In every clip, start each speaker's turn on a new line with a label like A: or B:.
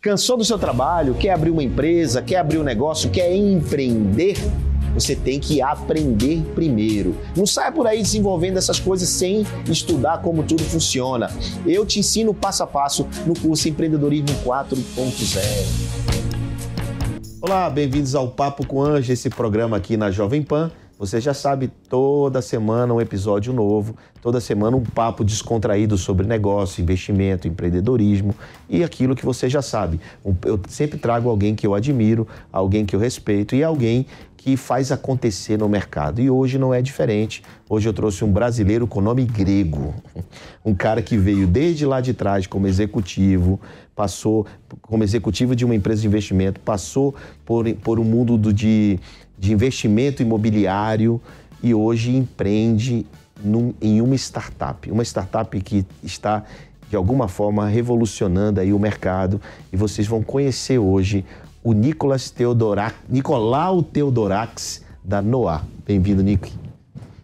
A: Cansou do seu trabalho? Quer abrir uma empresa? Quer abrir um negócio? Quer empreender? Você tem que aprender primeiro. Não saia por aí desenvolvendo essas coisas sem estudar como tudo funciona. Eu te ensino passo a passo no curso Empreendedorismo 4.0. Olá, bem-vindos ao Papo com Anja, esse programa aqui na Jovem Pan. Você já sabe, toda semana um episódio novo, toda semana um papo descontraído sobre negócio, investimento, empreendedorismo e aquilo que você já sabe. Um- Eu sempre trago alguém que eu admiro, alguém que eu respeito e alguém que faz acontecer no mercado. E hoje não é diferente. Hoje eu trouxe um brasileiro com nome grego. Um cara que veio desde lá de trás como executivo, passou como executivo de uma empresa de investimento, passou por, por um mundo do- de, de investimento imobiliário e hoje empreende num- em uma startup. Uma startup que está, de alguma forma, revolucionando aí o mercado. E vocês vão conhecer hoje o Nicolas Teodorac, Nicolau Teodorax da Noa. Bem-vindo, Nico.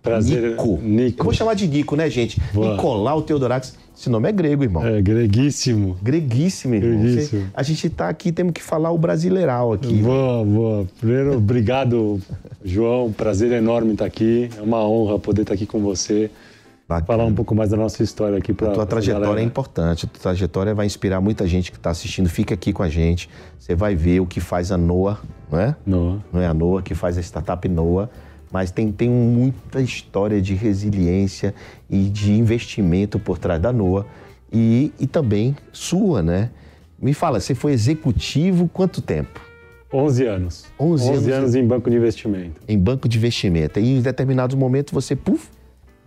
B: Prazer,
A: Nico.
B: Nico.
A: Eu vou chamar de Nico, né, gente?
B: Boa.
A: Nicolau Teodorax. Esse nome é grego, irmão.
B: É, greguíssimo.
A: Greguíssimo, irmão.
B: Greguíssimo.
A: Você- a gente tá aqui, temos que falar o brasileiral aqui.
B: Boa, boa. Primeiro, obrigado, João. Prazer enorme estar aqui. É uma honra poder estar aqui com você.
A: Bacana.
B: Falar um pouco mais da nossa história aqui para
A: A tua trajetória é importante, a tua trajetória vai inspirar muita gente que está assistindo. Fica aqui com a gente, você vai ver o que faz a Noa, não é?
B: Não.
A: Não é a Noa que faz a startup Noa, mas tem, tem muita história de resiliência e de investimento por trás da Noa e, e também sua, né? Me fala, você foi executivo quanto tempo?
B: 11 anos.
A: 11 anos. né?
B: anos em banco de investimento.
A: Em banco de investimento. E em determinados momentos você, puf,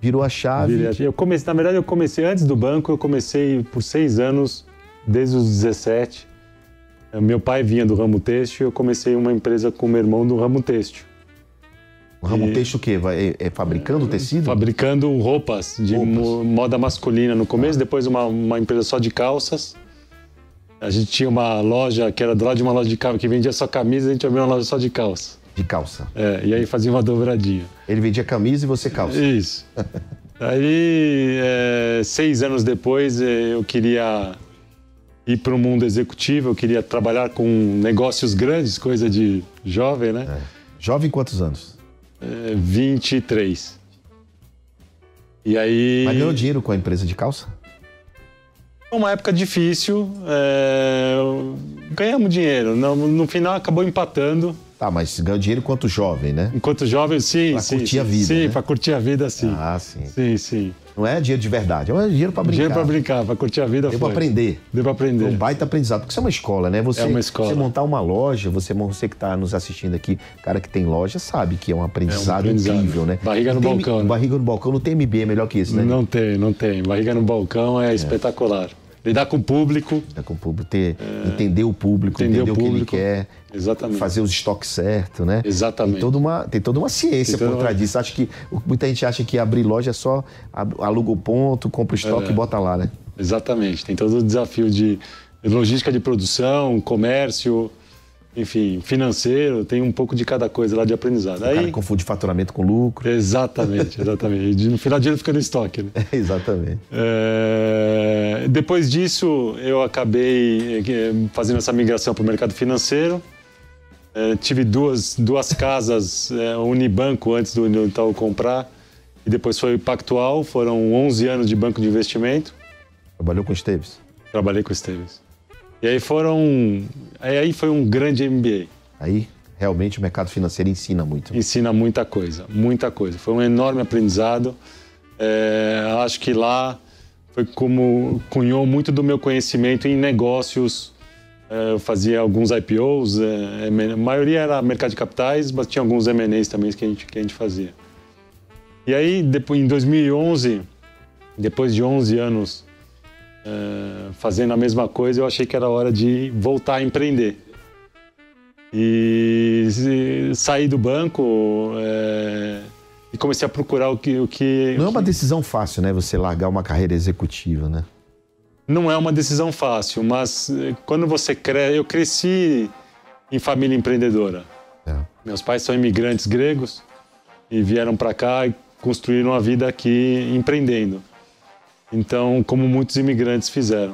A: virou a chave.
B: Direto. Eu comecei, na verdade, eu comecei antes do banco, eu comecei por seis anos, desde os 17. Eh, Meu pai vinha do ramo têxtil, eu comecei uma empresa com meu irmão do ramo têxtil.
A: O ramo texto o quê? Vai- é- é fabricando tecido?
B: fabricando roupas de
A: Roupas.
B: mo- moda masculina no começo, depois uma, uma empresa só de calças. A gente tinha uma loja que era do lado de uma loja de calça, que vendia só camisa, a gente abriu uma loja só de calça.
A: De calça.
B: É, e aí fazia uma dobradinha.
A: Ele vendia camisa e você calça.
B: Isso. Aí, é, seis anos depois, é, eu queria ir para o mundo executivo, eu queria trabalhar com negócios grandes, coisa de jovem, né?
A: É. Jovem quantos anos?
B: É, 23. E aí.
A: Mas ganhou dinheiro com a empresa de calça?
B: Foi uma época difícil, é, ganhamos dinheiro. No, no final acabou empatando.
A: Tá, mas ganhou dinheiro quanto jovem, né?
B: Enquanto jovem, sim,
A: Pra
B: sim.
A: curtir
B: sim,
A: a vida,
B: Sim,
A: né?
B: pra curtir a vida, sim.
A: Ah, sim.
B: Sim, sim.
A: Não é dinheiro de verdade, é dinheiro pra brincar.
B: Dinheiro pra brincar, pra curtir a vida
A: Eu
B: foi.
A: vou aprender.
B: Deu pra aprender.
A: Foi Um baita aprendizado, porque isso é uma escola, né? Você,
B: É uma escola.
A: você montar uma loja, você, você que está nos assistindo aqui, cara que tem loja, sabe que é um aprendizado,
B: aprendizado.
A: incrível, né?
B: Barriga no
A: Não tem-
B: balcão, né?
A: Barriga no balcão, não tem MB, é melhor que isso, né?
B: Não tem, não tem. Barriga no balcão é, espetacular. Lidar com o público,
A: É com o público, ter, entender o público, entender,
B: É. Entender o
A: o
B: público.
A: que ele quer,
B: exatamente.
A: fazer os estoques certos, né?
B: Exatamente.
A: Tem toda uma, tem toda uma ciência
B: Tem toda
A: por trás
B: uma-
A: disso. Acho que o- muita gente acha que abrir loja é só ab- aluga o ponto, compra o
B: É.
A: estoque e bota lá, né?
B: Exatamente. Tem todo o desafio de logística de produção, comércio, enfim, financeiro, tem um pouco de cada coisa lá de aprendizado.
A: O
B: Aí,
A: cara confunde faturamento com lucro.
B: Exatamente, exatamente. E de- No final de ano fica no estoque, né?
A: Exatamente.
B: É, depois disso, eu acabei eh, fazendo essa migração para o mercado financeiro. É, tive duas, duas casas, é, Unibanco antes do do Itaú comprar, e depois foi o Pactual. Foram 11 anos de banco de investimento.
A: Trabalhou com o Esteves.
B: Trabalhei com o Esteves. E aí foram. Aí aí foi um grande MBA.
A: Aí, realmente, o mercado financeiro ensina muito.
B: ensina muita coisa, muita coisa. Foi um enorme aprendizado. É, acho que lá foi como cunhou muito do meu conhecimento em negócios. É, eu fazia alguns IPOs, é, M&A, a maioria era mercado de capitais, mas tinha alguns M&As também que a gente, que a gente fazia. E aí, depois, em 2011, depois de 11 anos é, fazendo a mesma coisa, eu achei que era hora de voltar a empreender e se- saí do banco é, e comecei a procurar o que o que
A: Não é uma decisão fácil, né? Você largar uma carreira executiva, né?
B: não é uma decisão fácil mas é, quando você cresce eu cresci em família empreendedora
A: É.
B: meus pais são imigrantes gregos e vieram para cá e construíram a vida aqui empreendendo então como muitos imigrantes fizeram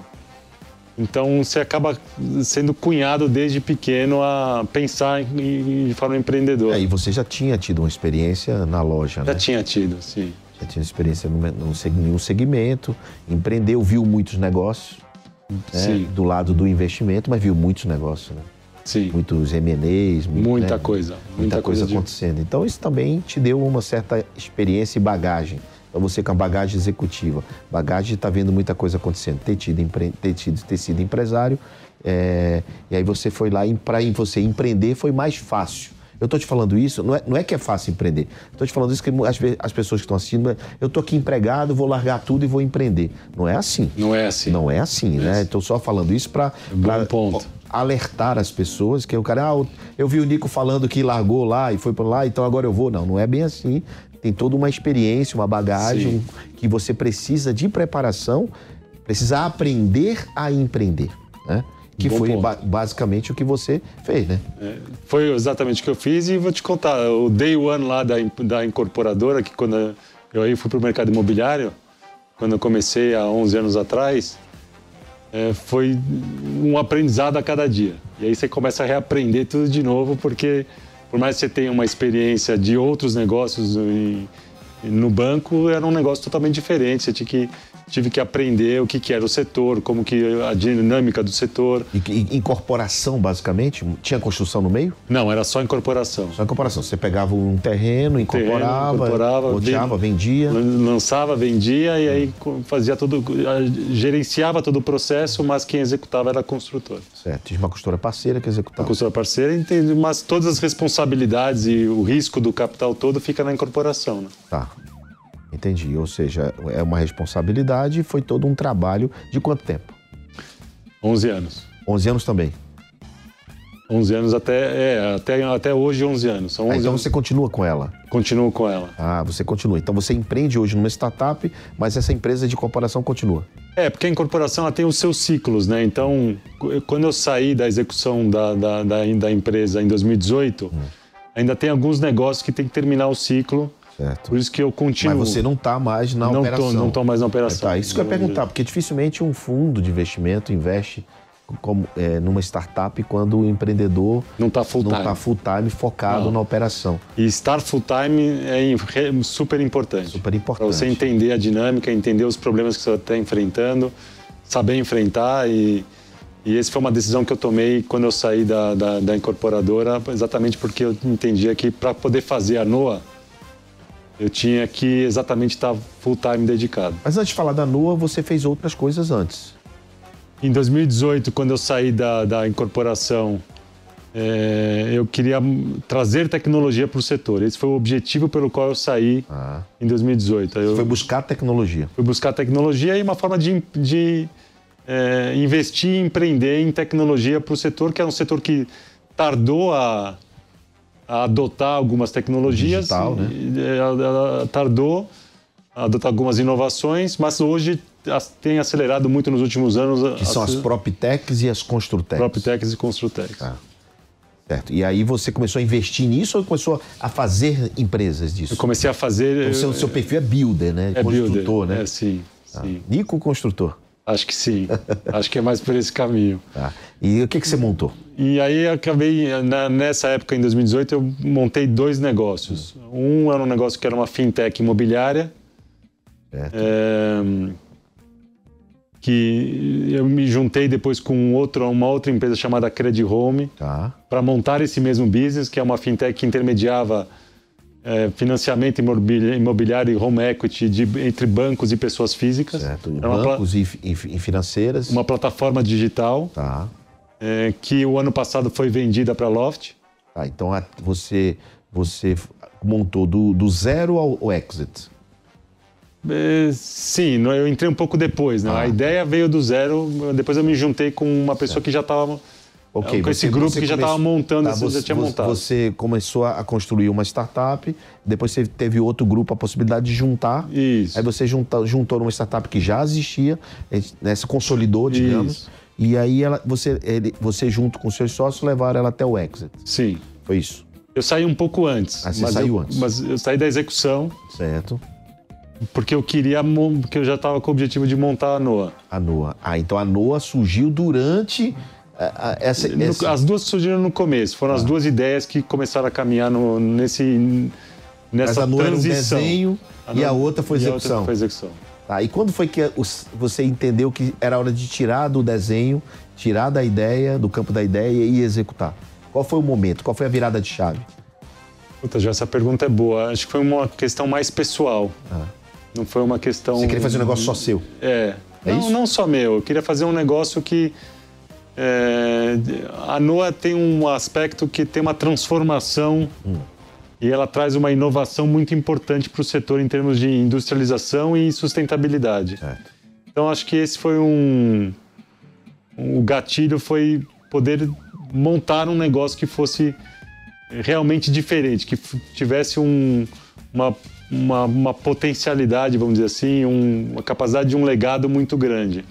B: então você acaba sendo cunhado desde pequeno a pensar em- em- de forma empreendedora
A: Aí você já tinha tido uma experiência na loja,
B: Já
A: É né?
B: tinha tido, sim.
A: Já tinha experiência no, no, seg- em um segmento, empreendeu, viu muitos negócios, né?
B: Sim,
A: Do lado do investimento, mas viu muitos negócios, né?
B: sim.
A: Muitos M&As, muito,
B: Muita
A: né?
B: coisa. Muita,
A: muita coisa
B: coisa, de-
A: acontecendo. Então isso também te deu uma certa experiência e bagagem. Então você com a bagagem executiva, bagagem de estar vendo muita coisa acontecendo, ter tido, empre... ter tido ter sido empresário, é, e aí você foi lá e para você empreender foi mais fácil. Eu tô te falando isso, não é, não é que é fácil empreender. Tô te falando isso que às vezes as pessoas que estão assistindo, eu tô aqui empregado, vou largar tudo e vou empreender. Não é assim.
B: Não é assim.
A: Não é assim, né? Estou só falando isso para
B: É um bom ponto.
A: alertar as pessoas que o cara, ah, eu- eu vi o Nico falando que largou lá e foi para lá, então agora eu vou. Não, não é bem assim. Tem toda uma experiência, uma bagagem
B: Sim.
A: que você precisa de preparação, precisa aprender a empreender, né? Que
B: Um Bom
A: foi
B: ponto.
A: ba- basicamente o que você fez, né?
B: É, Foi exatamente o que eu fiz e vou te contar. O day one lá da, im- da incorporadora, que quando eu aí fui para o mercado imobiliário, quando eu comecei há 11 anos atrás, é, foi um aprendizado a cada dia. E aí você começa a reaprender tudo de novo, porque por mais que você tenha uma experiência de outros negócios em- no banco, era um negócio totalmente diferente. Você tinha que, tive que aprender o que, que era o setor, como que a dinâmica do setor.
A: E, que- e incorporação, basicamente, tinha construção no meio?
B: Não, era só incorporação.
A: Só incorporação. Você pegava um terreno, incorporava,
B: incorporava, né?
A: loteava,
B: vende-
A: vendia.
B: Lan- lançava, vendia e aí co- fazia todo, a- gerenciava todo o processo, mas quem executava era a construtora.
A: Certo. Tinha uma costura parceira que
B: A
A: executava.
B: construtora parceira entende, mas todas as responsabilidades e o risco do capital todo fica na incorporação, né?
A: Tá. Entendi. Ou seja, é uma responsabilidade e foi todo um trabalho de quanto tempo?
B: 11 anos.
A: 11 anos também.
B: 11 anos até, é, até, até hoje 11 anos. São
A: Ah,
B: 11
A: então
B: anos.
A: você continua com ela.
B: Continuo com ela.
A: Ah, você continua. Então você empreende hoje numa startup, mas essa empresa de corporação continua.
B: É, porque a incorporação ela tem os seus ciclos, né? Então, qu- quando eu saí da execução da, da, da, da empresa em 2018,
A: Hum.
B: ainda tem alguns negócios que tem que terminar o ciclo.
A: Certo.
B: Por isso que eu
A: Mas
B: continuo.
A: você não está mais na
B: não
A: operação.
B: tô, não tô mais na operação.
A: Tá, isso que eu ia perguntar, porque dificilmente um fundo de investimento investe como, é, numa startup quando o empreendedor
B: Não tá full
A: não
B: time.
A: está full time focado
B: Não.
A: na operação.
B: E estar full time é im- re- super importante.
A: Super
B: Para
A: importante.
B: você entender a dinâmica, entender os problemas que você está enfrentando, saber enfrentar e e essa foi uma decisão que eu tomei quando eu saí da, da, da incorporadora, exatamente porque eu entendia que para poder fazer a NOA, eu tinha que exatamente estar full time dedicado.
A: Mas antes de falar da NUA, você fez outras coisas antes.
B: Em 2018, quando eu saí da, da incorporação, eh, eu queria hum, trazer tecnologia para o setor. Esse foi o objetivo pelo qual eu saí
A: Ah.
B: em 2018. Aí Eu
A: Foi buscar tecnologia.
B: fui buscar tecnologia e uma forma de, im- de eh, investir e empreender em tecnologia para o setor, que era um setor que tardou a, a adotar algumas tecnologias.
A: Digital, né?
B: E, eh, ela- ela tardou a adotar algumas inovações, mas hoje as- tem acelerado muito nos últimos anos.
A: Que são as PropTechs e as Construtechs.
B: PropTechs e Construtex.
A: Tá. Certo. E aí você começou a investir nisso ou começou a fazer empresas disso?
B: Eu comecei a fazer.
A: O seu,
B: eu-
A: seu perfil é builder, né?
B: é
A: construtor,
B: builder,
A: né?
B: É, sim, sim.
A: Nico Construtor.
B: Acho que sim. Acho que é mais por esse caminho.
A: Tá. E o que, que você montou?
B: E aí acabei, na- nessa época, em 2018, eu montei dois negócios. Um era um negócio que era uma fintech imobiliária.
A: Certo.
B: eh, que eu me juntei depois com outro, uma outra empresa chamada Credit Home
A: Tá.
B: para montar esse mesmo business, que é uma fintech que intermediava eh, financiamento imobili- imobiliário e home equity de- entre bancos e pessoas físicas.
A: Certo. Em
B: Era É uma, pla-
A: Bancos e, e- e financeiras.
B: uma plataforma digital
A: Tá.
B: eh, que o ano passado foi vendida para Loft.
A: Tá, Então a- você, você montou do, do zero ao, ao exit.
B: Eh, sim, no- eu entrei um pouco depois. Né?
A: Ah.
B: A ideia veio do zero, depois eu me juntei com uma pessoa que já estava... É, com esse grupo que já estava montando,
A: tá,
B: esse- já tinha montado.
A: Você começou a a construir uma startup, depois você teve outro grupo a possibilidade de juntar.
B: Isso.
A: Aí você junta, juntou numa startup que já existia, né, se consolidou, digamos.
B: Isso.
A: E aí ela, você, ele- você, junto com seus sócios, levaram ela até o exit.
B: Sim.
A: Foi isso.
B: Eu saí um pouco antes.
A: Ah, você
B: mas
A: saiu
B: eu-
A: antes.
B: Mas eu saí da execução
A: Certo.
B: porque eu queria... mon- Porque eu já estava com o objetivo de montar a NOA.
A: A Noa. Ah, então a Noa surgiu durante ah, ah, essa.
B: No-
A: essa-
B: as duas surgiram no começo. Foram
A: Ah.
B: as duas ideias que começaram a caminhar no, nesse, nessa
A: Mas a Noa era um
B: transição.
A: desenho e a outra foi
B: e a
A: execução.
B: foi execução.
A: Tá, e quando foi que os- você entendeu que era hora de tirar do desenho, tirar da ideia, do campo da ideia e executar? Qual foi o momento? Qual foi a virada de chave?
B: Puta, já essa pergunta é boa. Acho que foi uma questão mais pessoal. Não foi uma questão.
A: Ah. Você queria fazer um negócio só seu?
B: É.
A: É
B: não,
A: isso?
B: não só meu. Eu queria fazer um negócio que. é, a Noa tem um aspecto que tem uma transformação
A: Hum.
B: e ela traz uma inovação muito importante para o setor em termos de industrialização e sustentabilidade.
A: Certo.
B: Então acho que esse foi um, um- O gatilho foi poder montar um negócio que fosse realmente diferente, que f- tivesse um- uma, uma, uma potencialidade, vamos dizer assim, um- uma capacidade de um legado muito grande.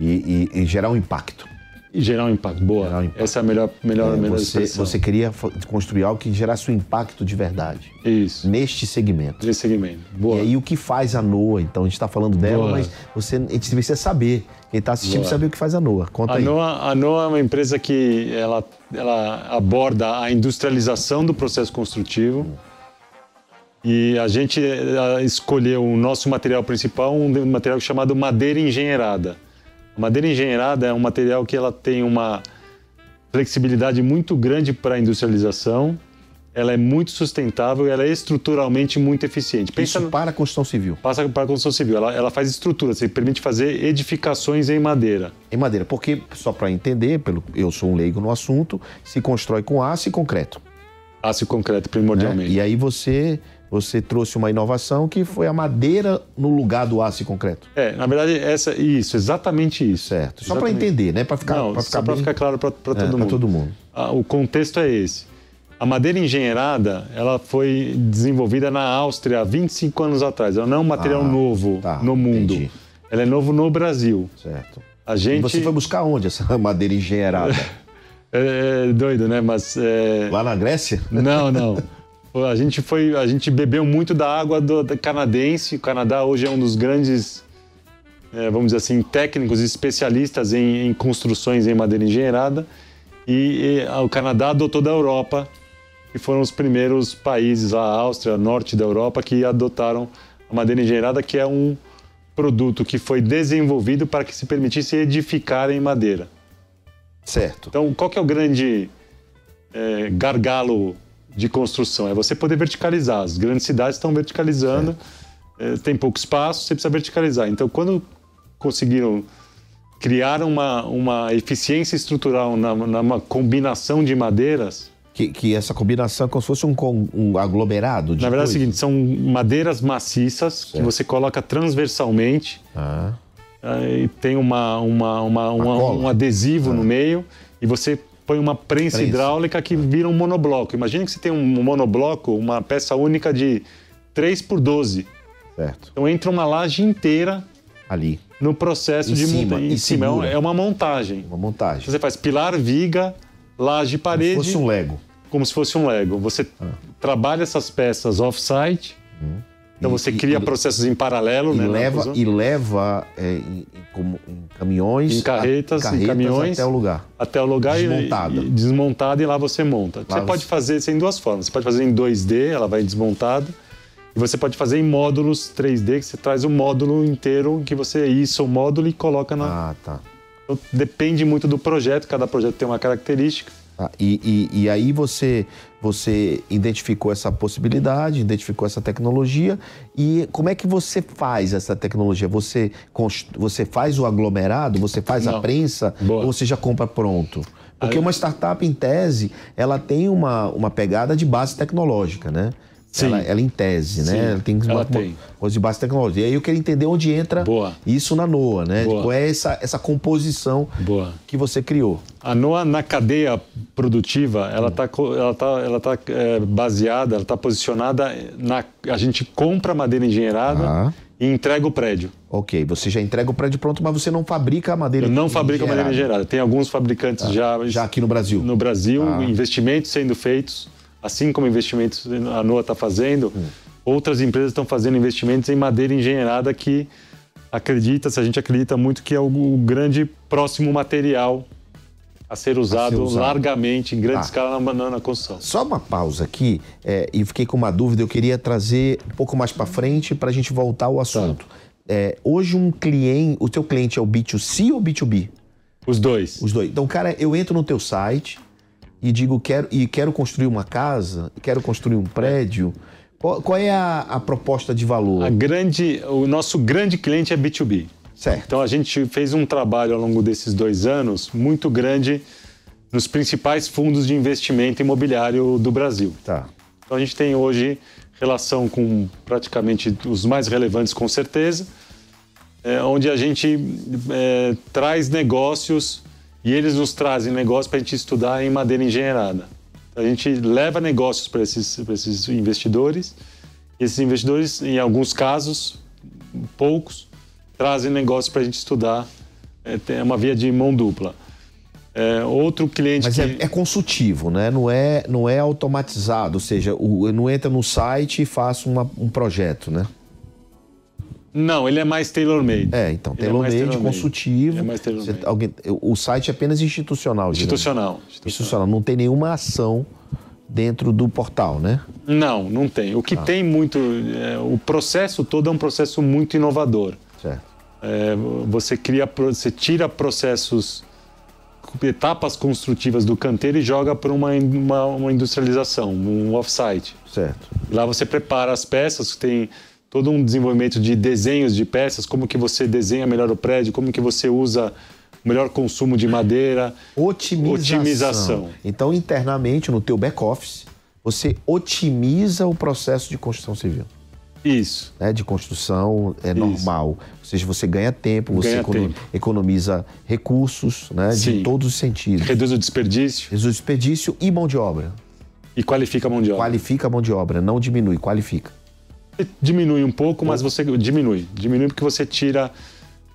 A: E, e- e gerar um impacto.
B: E gerar um impacto. Boa.
A: Gerar um impacto.
B: Essa é a melhor, melhor,
A: É,
B: melhor
A: você,
B: expressão.
A: você queria fa- construir algo que gerasse um impacto de verdade
B: Isso.
A: neste segmento.
B: Nesse segmento. Boa.
A: E aí o que faz a Noa? Então a gente está falando dela,
B: Boa.
A: mas você, a gente precisa saber. Quem está assistindo
B: Boa.
A: saber o que faz a Noa. Conta
B: A
A: aí.
B: NOA, a NOA é uma empresa que ela, ela aborda a industrialização do processo construtivo. E a gente eh, escolheu o nosso material principal, um material chamado madeira engenheirada. A madeira engenheirada é um material que ela tem uma flexibilidade muito grande para a industrialização. Ela é muito sustentável e ela é estruturalmente muito eficiente. Pensa
A: Isso
B: no-
A: para a construção civil.
B: passa para a construção civil. Ela, ela faz estrutura, você permite fazer edificações em madeira.
A: Em madeira, porque, só para entender, pelo, eu sou um leigo no assunto, se constrói com aço e concreto.
B: Aço e concreto,
A: né?
B: primordialmente.
A: E aí você, você trouxe uma inovação que foi a madeira no lugar do aço e concreto.
B: É, na verdade, essa, isso, exatamente isso.
A: Certo. Só para
B: Exatamente.
A: entender, né? Para É, ficar,
B: Não,
A: pra
B: só
A: ficar
B: para
A: bem...
B: ficar claro para
A: É,
B: todo
A: pra
B: mundo.
A: todo mundo.
B: Ah, o contexto é esse. A madeira engenheirada, ela foi desenvolvida na Áustria há 25 anos atrás. Ela não é um material
A: Ah,
B: novo
A: tá,
B: no mundo.
A: entendi.
B: Ela é novo no Brasil.
A: Certo.
B: A
A: E
B: gente...
A: você foi buscar onde essa madeira engenheirada?
B: É, é doido, né? Mas... é,
A: Lá na Grécia?
B: Não, não. A gente foi, a gente bebeu muito da água do, da canadense. O Canadá hoje é um dos grandes, eh, vamos dizer assim, técnicos e especialistas em, em construções em madeira engenheirada. E, e, ah, o Canadá adotou da Europa, que foram os primeiros países, a Áustria, norte da Europa, que adotaram a madeira engenheirada, que é um produto que foi desenvolvido para que se permitisse edificar em madeira.
A: Certo.
B: Então, qual que é o grande eh, gargalo de construção? É você poder verticalizar. As grandes cidades estão verticalizando, eh, tem pouco espaço, você precisa verticalizar. Então, quando conseguiram criar uma, uma eficiência estrutural na, numa combinação de madeiras,
A: Que, que essa combinação é como se fosse um, con- um aglomerado de
B: na verdade é o
A: coisas.
B: seguinte, são madeiras maciças que você coloca transversalmente
A: Ah,
B: Aí tem uma, uma, uma, uma-
A: cola. É.
B: um adesivo no meio e você põe uma prensa,
A: Prensa.
B: hidráulica que vira um monobloco. Imagina que você tem um monobloco, uma peça única de 3 por 12.
A: certo.
B: Então entra uma laje inteira
A: Ali,
B: no processo
A: Em
B: de
A: cima,
B: monta-
A: e
B: Em cima, é um-
A: segura.
B: é uma montagem.
A: uma montagem.
B: Você faz pilar, viga, laje e parede,
A: Fosse um Ah. Lego.
B: como se fosse um Lego. Você trabalha essas peças off-site, então você
A: Hum. e-
B: cria
A: e-
B: processos em paralelo,
A: E
B: né? na
A: leva,
B: fusão.
A: e leva é, em, em como- em caminhões.
B: Em carretas, em
A: a- carretas
B: caminhões.
A: Até o lugar.
B: até o lugar
A: Desmontada.
B: E, e desmontada e lá você monta. você
A: você-
B: pode fazer isso em duas formas. Você pode fazer em 2D, ela vai desmontada. E você pode fazer em módulos 3D, que você traz o módulo inteiro, que você isso o módulo e coloca na.
A: Ah, tá.
B: Então, depende muito do projeto, cada projeto tem uma característica.
A: Tá, E, e- e aí você, você identificou essa possibilidade, identificou essa tecnologia e como é que você faz essa tecnologia? Você, const- você faz o aglomerado? Você faz a
B: Não.
A: prensa?
B: Boa.
A: Ou você já compra pronto? Porque
B: Aí-
A: uma startup, em tese, ela tem uma, uma pegada de base tecnológica, né?
B: Sim.
A: Ela, ela em tese, né?
B: Sim,
A: Ela tem uma,
B: ela
A: uma
B: tem.
A: coisa de base tecnológica. E aí eu queria entender onde entra
B: Boa.
A: isso na NOA, né?
B: Boa.
A: Qual é essa, essa composição
B: Boa.
A: que você criou?
B: A NOA, na cadeia produtiva, ela está ela tá, ela tá, é, baseada, ela está posicionada na. A gente compra madeira engenheirada
A: Tá.
B: e entrega o prédio.
A: Ok, você já entrega o prédio pronto, mas você não fabrica a madeira
B: Eu não fabrico
A: gerada.
B: madeira engenheirada. Tem alguns fabricantes já.
A: né? Ah, Já aqui no Brasil. Ah.
B: no Brasil, investimentos sendo feitos, assim como investimentos a NOA está fazendo,
A: Hum.
B: outras empresas estão fazendo investimentos em madeira engenheirada que acredita, se a gente acredita muito que é o, o grande próximo material a ser usado,
A: usado.
B: largamente, em grande
A: Tá.
B: escala na, na- na construção.
A: Só uma pausa aqui, é, e fiquei com uma dúvida, eu queria trazer um pouco mais para frente para a gente voltar ao assunto.
B: Tá.
A: É, hoje um cliente, o teu cliente é o B2C ou B2B?
B: Os dois.
A: Os dois. Então, cara, eu entro no teu site e digo quero e quero construir uma casa, quero construir um prédio. Qual, qual é a, a proposta de
B: A
A: valor?
B: grande, o nosso grande cliente é B2B.
A: Certo.
B: Então a gente fez um trabalho ao longo desses dois anos muito grande nos principais fundos de investimento imobiliário do Brasil.
A: Tá.
B: Então a gente tem hoje relação com praticamente os mais relevantes, com certeza, é, onde a gente é, traz negócios e eles nos trazem negócios para a gente estudar em madeira engenheirada. Então, A gente leva negócios para esses, pra esses investidores, e esses investidores, em alguns casos, poucos, trazem negócios para a gente estudar. É tem uma via de mão dupla. É, outro cliente
A: Mas
B: que...
A: é, é consultivo, né? Não é, não é automatizado, ou seja, o, eu não entra no site e faço uma- um projeto, né?
B: Não, ele é mais tailor-made.
A: É, então,
B: Ele é
A: tailor-made,
B: mais tailor-made.
A: consultivo.
B: Ele é mais tailor-made.
A: Você- tá, alguém- o site é apenas institucional, geralmente.
B: Institucional.
A: Institucional, não tem nenhuma ação dentro do portal, né?
B: Não, não tem. O que tem muito. é, o processo todo é um processo muito inovador.
A: Certo.
B: É, você cria, pro- você tira processos, etapas construtivas do canteiro e joga para uma, in- uma, uma industrialização, um off-site.
A: Certo.
B: Lá você prepara as peças, tem todo um desenvolvimento de desenhos de peças, como que você desenha melhor o prédio, como que você usa melhor consumo de madeira.
A: Otimização.
B: Otimização.
A: Então, internamente, no teu back-office, você otimiza o processo de construção civil.
B: Isso.
A: né, de construção é normal. Ou seja, você ganha tempo, você
B: Ganha
A: econo-
B: tempo.
A: economiza recursos né, de
B: Sim.
A: todos os sentidos.
B: Reduz o desperdício
A: Reduz o desperdício e mão de obra.
B: e qualifica a mão de obra.
A: Qualifica a mão de obra, não diminui, qualifica.
B: diminui um pouco, mas você diminui. Diminui porque você tira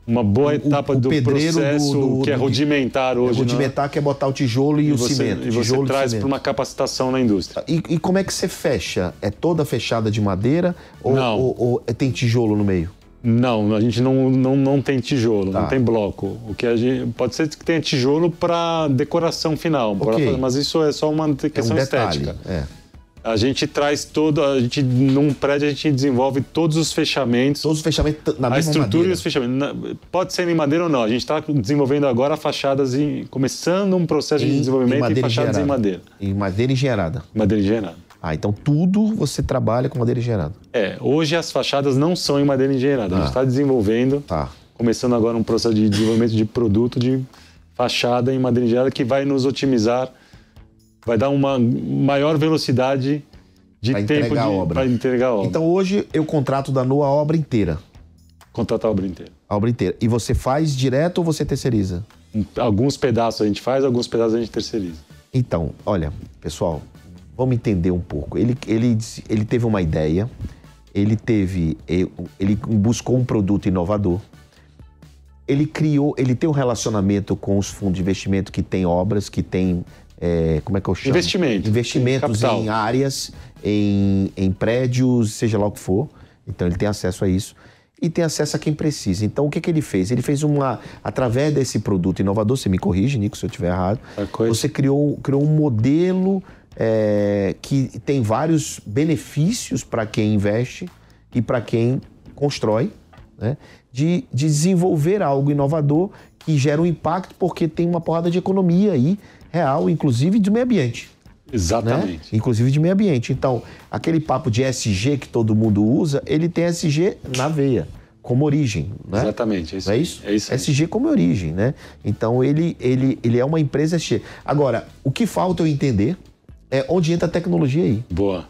B: uma boa etapa
A: o
B: do
A: pedreiro do-
B: processo
A: do-
B: que é
A: do-
B: rudimentar hoje. né?
A: Rudimentar que é botar o tijolo e,
B: E
A: o
B: você,
A: cimento.
B: e você
A: tijolo
B: traz
A: e
B: para
A: cimento.
B: uma capacitação na indústria.
A: E, e como é que você fecha? É toda fechada de madeira ou,
B: Não.
A: ou- ou tem tijolo no meio?
B: Não, a gente não, não, não tem tijolo,
A: Tá.
B: não tem bloco. O que a gente, pode ser que tenha tijolo para decoração final, pra
A: Ok.
B: fazer- mas isso é só
A: É
B: uma
A: um
B: questão
A: detalhe.
B: estética.
A: É.
B: A gente traz todo, a gente num prédio a gente desenvolve todos os fechamentos,
A: Todos os fechamentos na
B: a
A: mesma
B: estrutura
A: madeira.
B: e os fechamentos. Na- Pode ser em madeira ou não. A gente está desenvolvendo agora fachadas em. começando um processo de desenvolvimento em, fachadas em
A: engenharada.
B: madeira.
A: Em madeira engenharada.
B: Madeira engenheirada.
A: Ah, então tudo você trabalha com madeira engenharada.
B: É, hoje as fachadas não são em madeira engenheirada. A gente
A: Ah.
B: está desenvolvendo,
A: Tá.
B: começando agora um processo de desenvolvimento de produto de fachada em madeira engenheirada que vai nos otimizar, vai dar uma maior velocidade de
A: Pra
B: tempo
A: entregar a obra.
B: para entregar a obra.
A: Então hoje eu contrato da NOA a obra inteira.
B: Contratar a obra inteira.
A: A obra inteira. E você faz direto ou você terceiriza?
B: Alguns pedaços a gente faz, alguns pedaços a gente terceiriza.
A: Então, olha, pessoal, vamos entender um pouco. Ele, ele, disse- ele teve uma ideia, ele teve. Ele buscou um produto inovador. Ele criou, ele tem um relacionamento com os fundos de investimento que tem obras, que tem é, como é que eu chamo?
B: Investimento.
A: Investimentos
B: Capital.
A: em áreas, em, em prédios, seja lá o que for. Então ele tem acesso a isso e tem acesso a quem precisa. Então o que, que ele fez? Ele fez uma, através desse produto inovador, você me corrige, Nico, se eu estiver errado,
B: Outra coisa.
A: você criou, criou um modelo é, que tem vários benefícios para quem investe e para quem constrói, né? de, de desenvolver algo inovador que gera um impacto porque tem uma porrada de economia aí, real, inclusive do meio ambiente né?
B: Exatamente.
A: Inclusive de meio ambiente. Então, aquele papo de SG que todo mundo usa, ele tem SG na veia, como origem. Né?
B: Exatamente. É isso.
A: Não é isso?
B: É isso. aí.
A: SG como origem, né? Então ele, ele, ele é uma empresa SG. Agora, o que falta eu entender é onde entra a tecnologia aí.
B: Boa.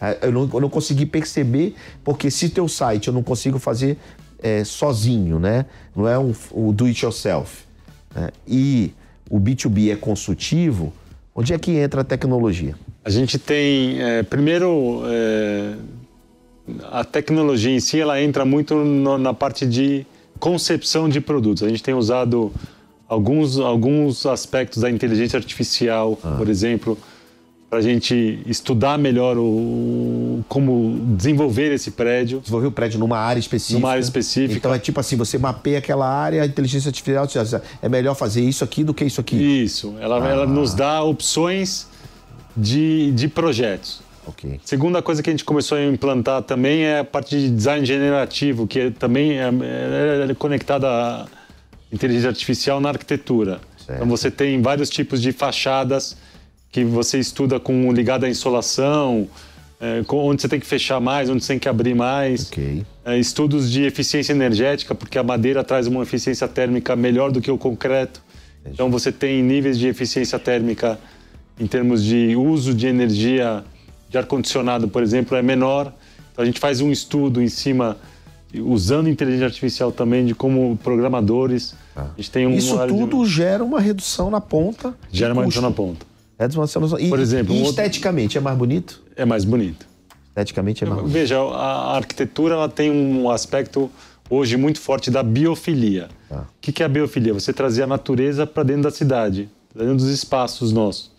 A: Ah, Eu não, eu não consegui perceber, porque se teu site eu não consigo fazer é, sozinho, né? Não é um, o do it yourself. né? E o B2B é consultivo, onde é que entra a tecnologia?
B: A gente tem, é, primeiro, é, a tecnologia em si, ela entra muito no- na parte de concepção de produtos. A gente tem usado alguns, alguns aspectos da inteligência artificial,
A: Ah.
B: por exemplo, para a gente estudar melhor o, como desenvolver esse prédio.
A: desenvolver o prédio numa área específica.
B: Numa área específica.
A: Então é tipo assim, você mapeia aquela área, a inteligência artificial te diz, é melhor fazer isso aqui do que isso aqui.
B: Isso, ela,
A: Ah.
B: ela nos dá opções de, de projetos.
A: Ok.
B: Segunda coisa que a gente começou a implantar também é a parte de design generativo, que é- também é, é- é conectada à inteligência artificial na arquitetura.
A: Certo.
B: Então você tem vários tipos de fachadas que você estuda com ligada à insolação, é, com- onde você tem que fechar mais, onde você tem que abrir mais.
A: Ok.
B: É, estudos de eficiência energética, porque a madeira traz uma eficiência térmica melhor do que o concreto. Então você tem níveis de eficiência térmica em termos de uso de energia de ar-condicionado, por exemplo, é menor. Então a gente faz um estudo em cima, usando inteligência artificial também, de como programadores. A gente tem um
A: Isso
B: área de-
A: tudo gera uma redução na ponta. de
B: gera mais
A: custo.
B: na ponta.
A: É de uma solução. E,
B: Por exemplo,
A: e
B: um outro-
A: esteticamente é mais bonito?
B: É mais bonito.
A: Esteticamente é mais bonito.
B: Veja, a arquitetura ela tem um aspecto hoje muito forte da biofilia. O
A: Tá.
B: que, que é a biofilia? Você trazer a natureza para dentro da cidade, pra dentro dos espaços nossos.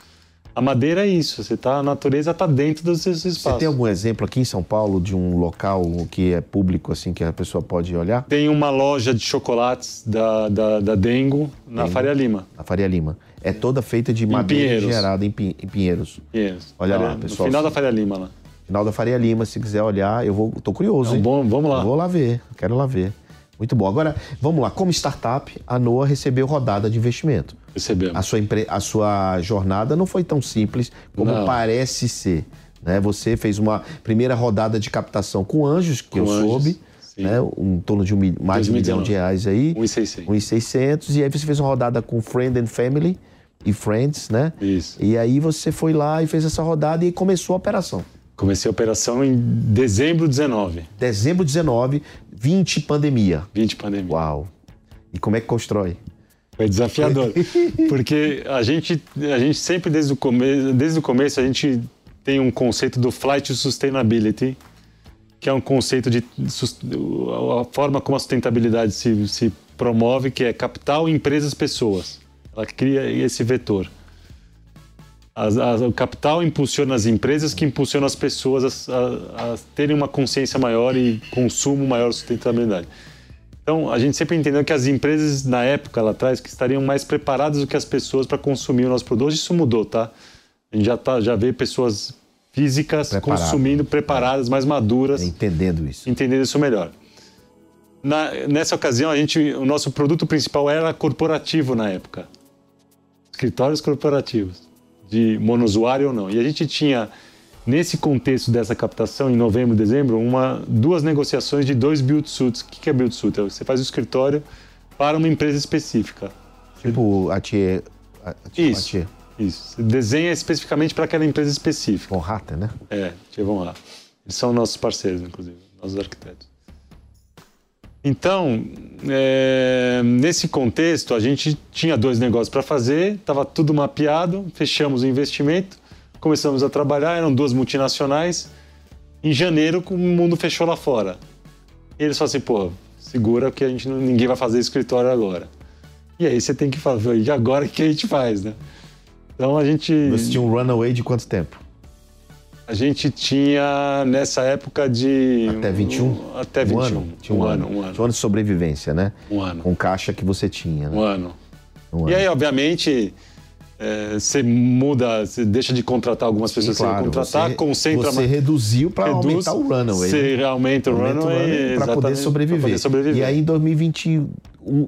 B: A madeira é isso, você tá, a natureza está dentro dos seus
A: Você
B: espaços.
A: tem
B: Tem,
A: algum exemplo aqui em São Paulo de um local que é público, assim, que a pessoa pode olhar?
B: uma loja de chocolates da, da, da Dengo na Faria Lima.
A: Na Faria Lima. É toda feita de madeira
B: Pinheiros.
A: gerada em, Pin- em Pinheiros.
B: Yes.
A: Olha lá,
B: no
A: pessoal,
B: final
A: sim.
B: da Faria Lima lá.
A: Final da Faria Lima, se quiser olhar, eu vou. Tô curioso,
B: Então,
A: hein?
B: bom, vamos lá.
A: Vou lá ver, quero lá ver. Muito bom. Agora, vamos lá. Como startup, a Noa recebeu rodada de investimento.
B: Recebemos.
A: A sua, empre- a sua jornada não foi tão simples como
B: Não.
A: parece ser. Né? Você fez uma primeira rodada de captação com anjos, que eu
B: Com anjos,
A: soube,
B: sim.
A: né? um, em torno de um, mi- mais de um
B: 2019.
A: milhão de reais aí.
B: 1,600.
A: 1,600. E aí você fez uma rodada com Friend and Family e Friends, né?
B: Isso.
A: E aí você foi lá e fez essa rodada e começou a operação.
B: Comecei a operação em dezembro de 19,
A: Dezembro 19, 20 pandemia.
B: 20 pandemia.
A: Uau! E como é que constrói?
B: Foi É desafiador. Porque a gente, a gente sempre, desde o, come, desde o começo, a gente tem um conceito do flight to sustainability, que é um conceito de sus- a forma como a sustentabilidade se, se promove, que é capital, empresas, pessoas. Ela cria esse vetor. As- as- o capital impulsiona as empresas, que impulsiona as pessoas a, a- a terem uma consciência maior e consumo maior de sustentabilidade. Então, a gente sempre entendeu que as empresas, na época lá atrás, que estariam mais preparadas do que as pessoas para consumir o nosso produto. Hoje isso mudou, tá? A gente já, tá, já vê pessoas físicas
A: Preparado.
B: consumindo, preparadas, mais maduras
A: É Entendendo isso.
B: entender isso melhor. Na- nessa ocasião, a gente, o nosso produto principal era corporativo na época. Escritórios corporativos, de monosuário ou não. E a gente tinha, nesse contexto dessa captação, em novembro, dezembro, uma, duas negociações de dois build suits. O que que é build suit? É Você faz o escritório para uma empresa específica.
A: Tipo, a Tia. A, tipo,
B: Isso.
A: A tia
B: Isso. Você desenha especificamente para aquela empresa específica.
A: Von Hatter, né?
B: É, tia, vamos lá. Eles são nossos parceiros, inclusive, nossos arquitetos. Então, é, nesse contexto, a gente tinha dois negócios para fazer, estava tudo mapeado, fechamos o investimento, começamos a trabalhar, eram duas multinacionais. Em janeiro, o mundo fechou lá fora. E eles falaram assim, pô, segura que a gente não, ninguém vai fazer escritório agora. E aí você tem que falar, e agora o que a gente faz, né? Então a gente.
A: Você tinha um runaway de quanto tempo?
B: A gente tinha nessa época de.
A: Até 21?
B: Até
A: Um
B: 21.
A: ano? Tinha um, ano.
B: É, Um
A: Tinha um
B: ano.
A: ano de sobrevivência, né?
B: Um ano.
A: Com caixa que você tinha, né?
B: Um ano.
A: Um
B: E
A: ano.
B: aí, obviamente, é, você muda, você deixa de contratar algumas pessoas que você
A: Claro,
B: ia contratar,
A: você-
B: concentra
A: Você reduziu para aumentar o runaway. né?
B: Você aumenta o
A: Aumenta o
B: runway,
A: runway pra poder
B: exatamente,
A: sobreviver.
B: pra poder sobreviver.
A: E aí, em 2021,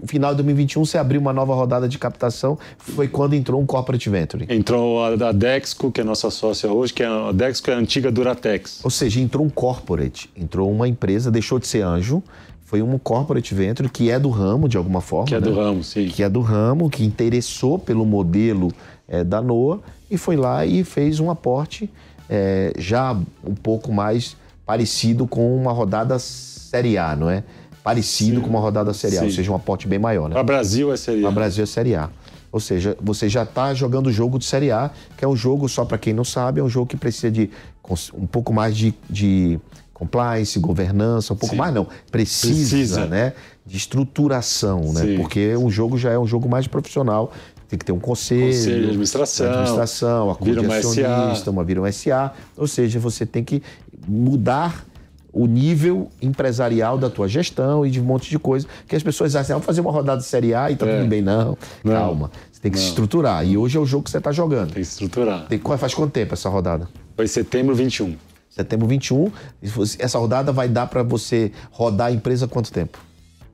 A: final de 2021, você abriu uma nova rodada de captação. Foi quando entrou um corporate venture.
B: Entrou a, a Dexco, que é nossa sócia hoje, que é a a Dexco é a antiga Duratex.
A: Ou seja, entrou um corporate, entrou uma empresa, deixou de ser anjo, foi um corporate venture que é do ramo de alguma forma.
B: Que é
A: né?
B: do ramo, sim.
A: que é do ramo, que interessou pelo modelo eh, da NOA e foi lá e fez um aporte eh, já um pouco mais parecido com uma rodada Série A, não é? Parecido com uma rodada Série A, ou
B: Sim.
A: seria um aporte bem maior, né?
B: Para Brasil, essa seria.
A: Para Brasil é Série A. Ou seja, você já está jogando o jogo de Série A, que é um jogo, só para quem não sabe, é um jogo que precisa de cons- um pouco mais de, de compliance, governança, um pouco
B: Sim.
A: mais não, precisa,
B: Precisa.
A: né, de estruturação, né?
B: Sim.
A: Porque o jogo já é um jogo mais profissional, tem que ter um conselho,
B: Conselho de administração.
A: administração, a
B: Vira um uma SA.
A: acionista, uma vira um SA, ou seja, você tem que mudar o nível empresarial da tua gestão e de um monte de coisa, que as pessoas acham, ah, vou fazer uma rodada de Série A e tá
B: É.
A: tudo bem, não.
B: Não.
A: Calma. Você tem que se estruturar. E hoje é o jogo que você está jogando.
B: Tem que estruturar.
A: Tem- qual- faz quanto tempo essa rodada?
B: Foi setembro 21.
A: Setembro 21. E você- Essa rodada vai dar para você rodar a empresa quanto tempo?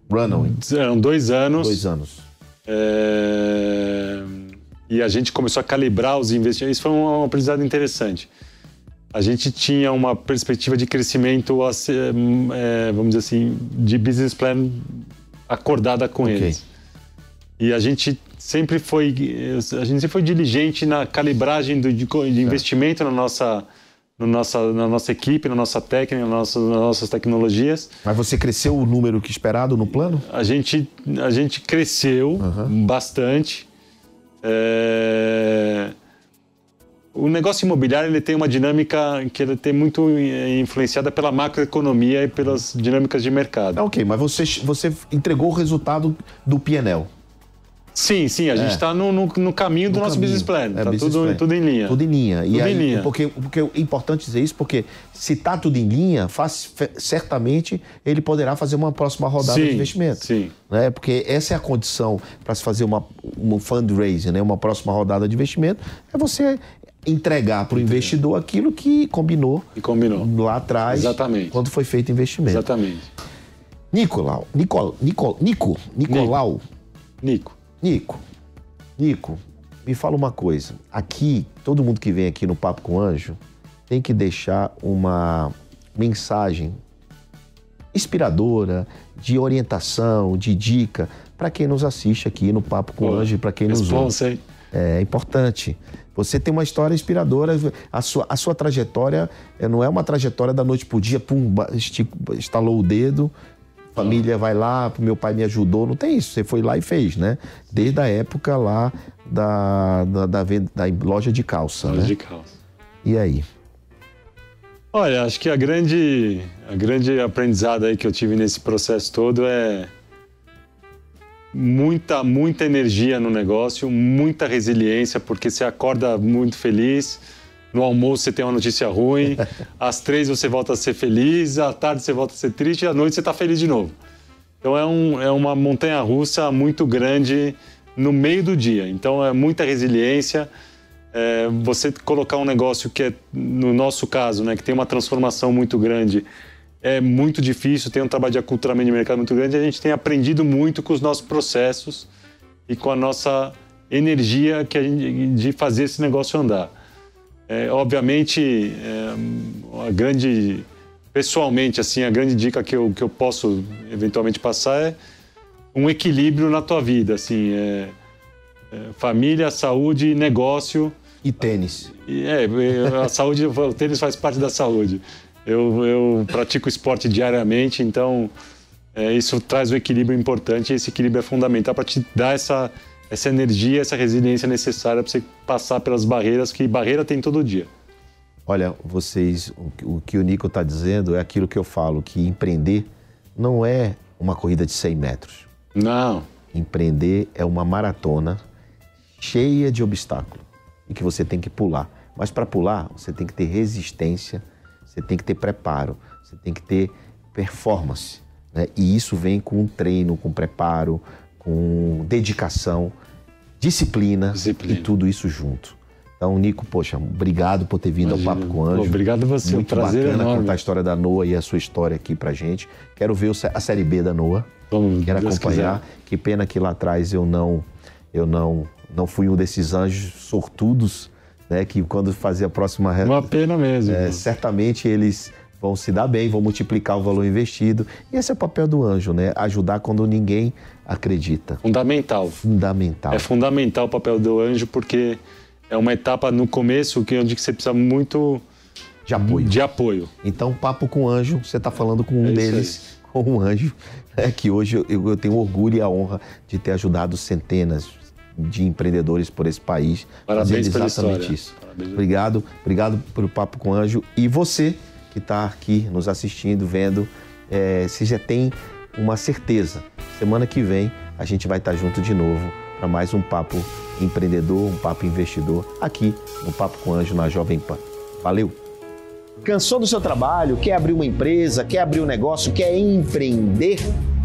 A: Runaway.
B: Eram dois anos.
A: Dois anos.
B: É, E a gente começou a calibrar os investimentos. Isso foi um um aprendizado interessante. A gente tinha uma perspectiva de crescimento, a ser, hum, é, vamos dizer assim, de business plan acordada com
A: Ok.
B: eles. E a gente sempre foi, a gente sempre foi diligente na calibragem do, de, co- de investimento na nossa, na nossa, na nossa equipe, na nossa técnica, na nossa- nas nossas tecnologias
A: Mas você cresceu o número que esperado no plano?
B: a gente, a gente cresceu bastante. É, O negócio imobiliário ele tem uma dinâmica que ele tem muito eh, influenciada pela macroeconomia e pelas dinâmicas de mercado.
A: Ah, ok, mas você, você entregou o resultado do PNL.
B: Sim, sim, a gente está no, no, no caminho do
A: é. no
B: nosso
A: caminho.
B: business plan.
A: É,
B: tá
A: business
B: tudo,
A: plan.
B: tudo em linha.
A: Tudo em linha. E
B: Tudo em
A: aí,
B: linha.
A: Porque, porque é importante dizer isso, porque se tá tudo em linha, faz- fe- certamente ele poderá fazer uma próxima rodada
B: Sim,
A: de investimento.
B: sim.
A: Né? Porque essa é a condição para se fazer uma, um fundraising, né? uma próxima rodada de investimento, é você entregar para o investidor aquilo que combinou
B: E combinou.
A: lá atrás,
B: Exatamente.
A: quando foi feito o investimento.
B: Exatamente.
A: Nicolau, Nicol, Nicol, Nico, Nicolau,
B: Nico.
A: Nico, Nico, me fala uma coisa. Aqui, todo mundo que vem aqui no Papo com o Anjo tem que deixar uma mensagem inspiradora, de orientação, de dica, para quem nos assiste aqui no Papo com o
B: Pô,
A: Anjo e para quem nos ouve.
B: Responsa, hein?
A: É importante. Você tem uma história inspiradora, a sua, a sua trajetória é, não é uma trajetória da noite pro dia, pum, ba- esti- estalou o dedo, família vai lá, meu pai me ajudou, não tem isso, você foi lá e fez, né? Desde a época lá da, da, da venda- da loja de calça,
B: Olhos
A: né?
B: de calça.
A: E aí?
B: Olha, acho que a grande, a grande aprendizado aí que eu tive nesse processo todo é muita, muita energia no negócio, muita resiliência, porque você acorda muito feliz. No almoço você tem uma notícia ruim, às três você volta a ser feliz, à tarde você volta a ser triste e à noite você está feliz de novo. Então é, um, é uma montanha russa muito grande no meio do dia. Então é muita resiliência. É, você colocar um negócio que é, no nosso caso, né, que tem uma transformação muito grande, é muito difícil, tem um trabalho de aculturamento de mercado muito grande. A gente tem aprendido muito com os nossos processos e com a nossa energia que a gente, de fazer esse negócio andar. É, obviamente, é, a grande, pessoalmente, assim, a grande dica que eu, que eu posso eventualmente passar é um equilíbrio na tua vida, assim, é, é, família, saúde, negócio.
A: E tênis.
B: E, é, eu- a saúde, o tênis faz parte da saúde. Eu, eu pratico esporte diariamente, então é, isso traz um equilíbrio importante. E esse equilíbrio é fundamental para te dar essa, essa energia, essa resiliência necessária para você passar pelas barreiras, que barreira tem todo dia.
A: Olha, vocês, o, que- o que o Nico está dizendo é aquilo que eu falo, que empreender não é uma corrida de 100 metros.
B: Não,
A: Empreender é uma maratona cheia de obstáculo. E e que você tem que pular. Mas para pular, você tem que ter resistência, você tem que ter preparo, você tem que ter performance. Né? E isso vem com treino, com preparo, com dedicação, disciplina,
B: Disciplina.
A: e tudo isso junto. Então, Nico, poxa, obrigado por ter vindo ao Então, Papo com o Anjo.
B: Pô, obrigado a você,
A: Muito
B: um prazer
A: bacana
B: enorme.
A: contar a história da Noa e a sua história aqui pra gente. Quero ver o sé- a série B da Noa.
B: Vamos,
A: Quero
B: Deus
A: acompanhar. Que pena que lá atrás eu não eu não não fui um desses anjos sortudos, né, que quando fazer a próxima re-
B: Uma pena mesmo.
A: é, certamente eles vão se dar bem, vão multiplicar o valor investido. E esse é o papel do anjo, né? Ajudar quando ninguém acredita.
B: Fundamental.
A: Fundamental.
B: É fundamental o papel do anjo, porque é uma etapa no começo que é onde que você precisa muito
A: de apoio.
B: de apoio.
A: Então, papo com anjo, você está falando com um
B: É isso
A: deles, com um anjo, né, que hoje eu, eu tenho orgulho e a honra de ter ajudado centenas de empreendedores por esse país.
B: Parabéns
A: fazendo
B: pela
A: exatamente
B: história.
A: isso.
B: Parabéns.
A: Obrigado, obrigado pelo papo com anjo. E você que está aqui nos assistindo, vendo, é, você já tem uma certeza. Semana que vem a gente vai estar junto de novo para mais um papo empreendedor, um papo investidor, aqui no Papo com Anjo na Jovem Pan. Valeu!
C: Cansou do seu trabalho? Quer abrir uma empresa? Quer abrir um negócio? Quer empreender?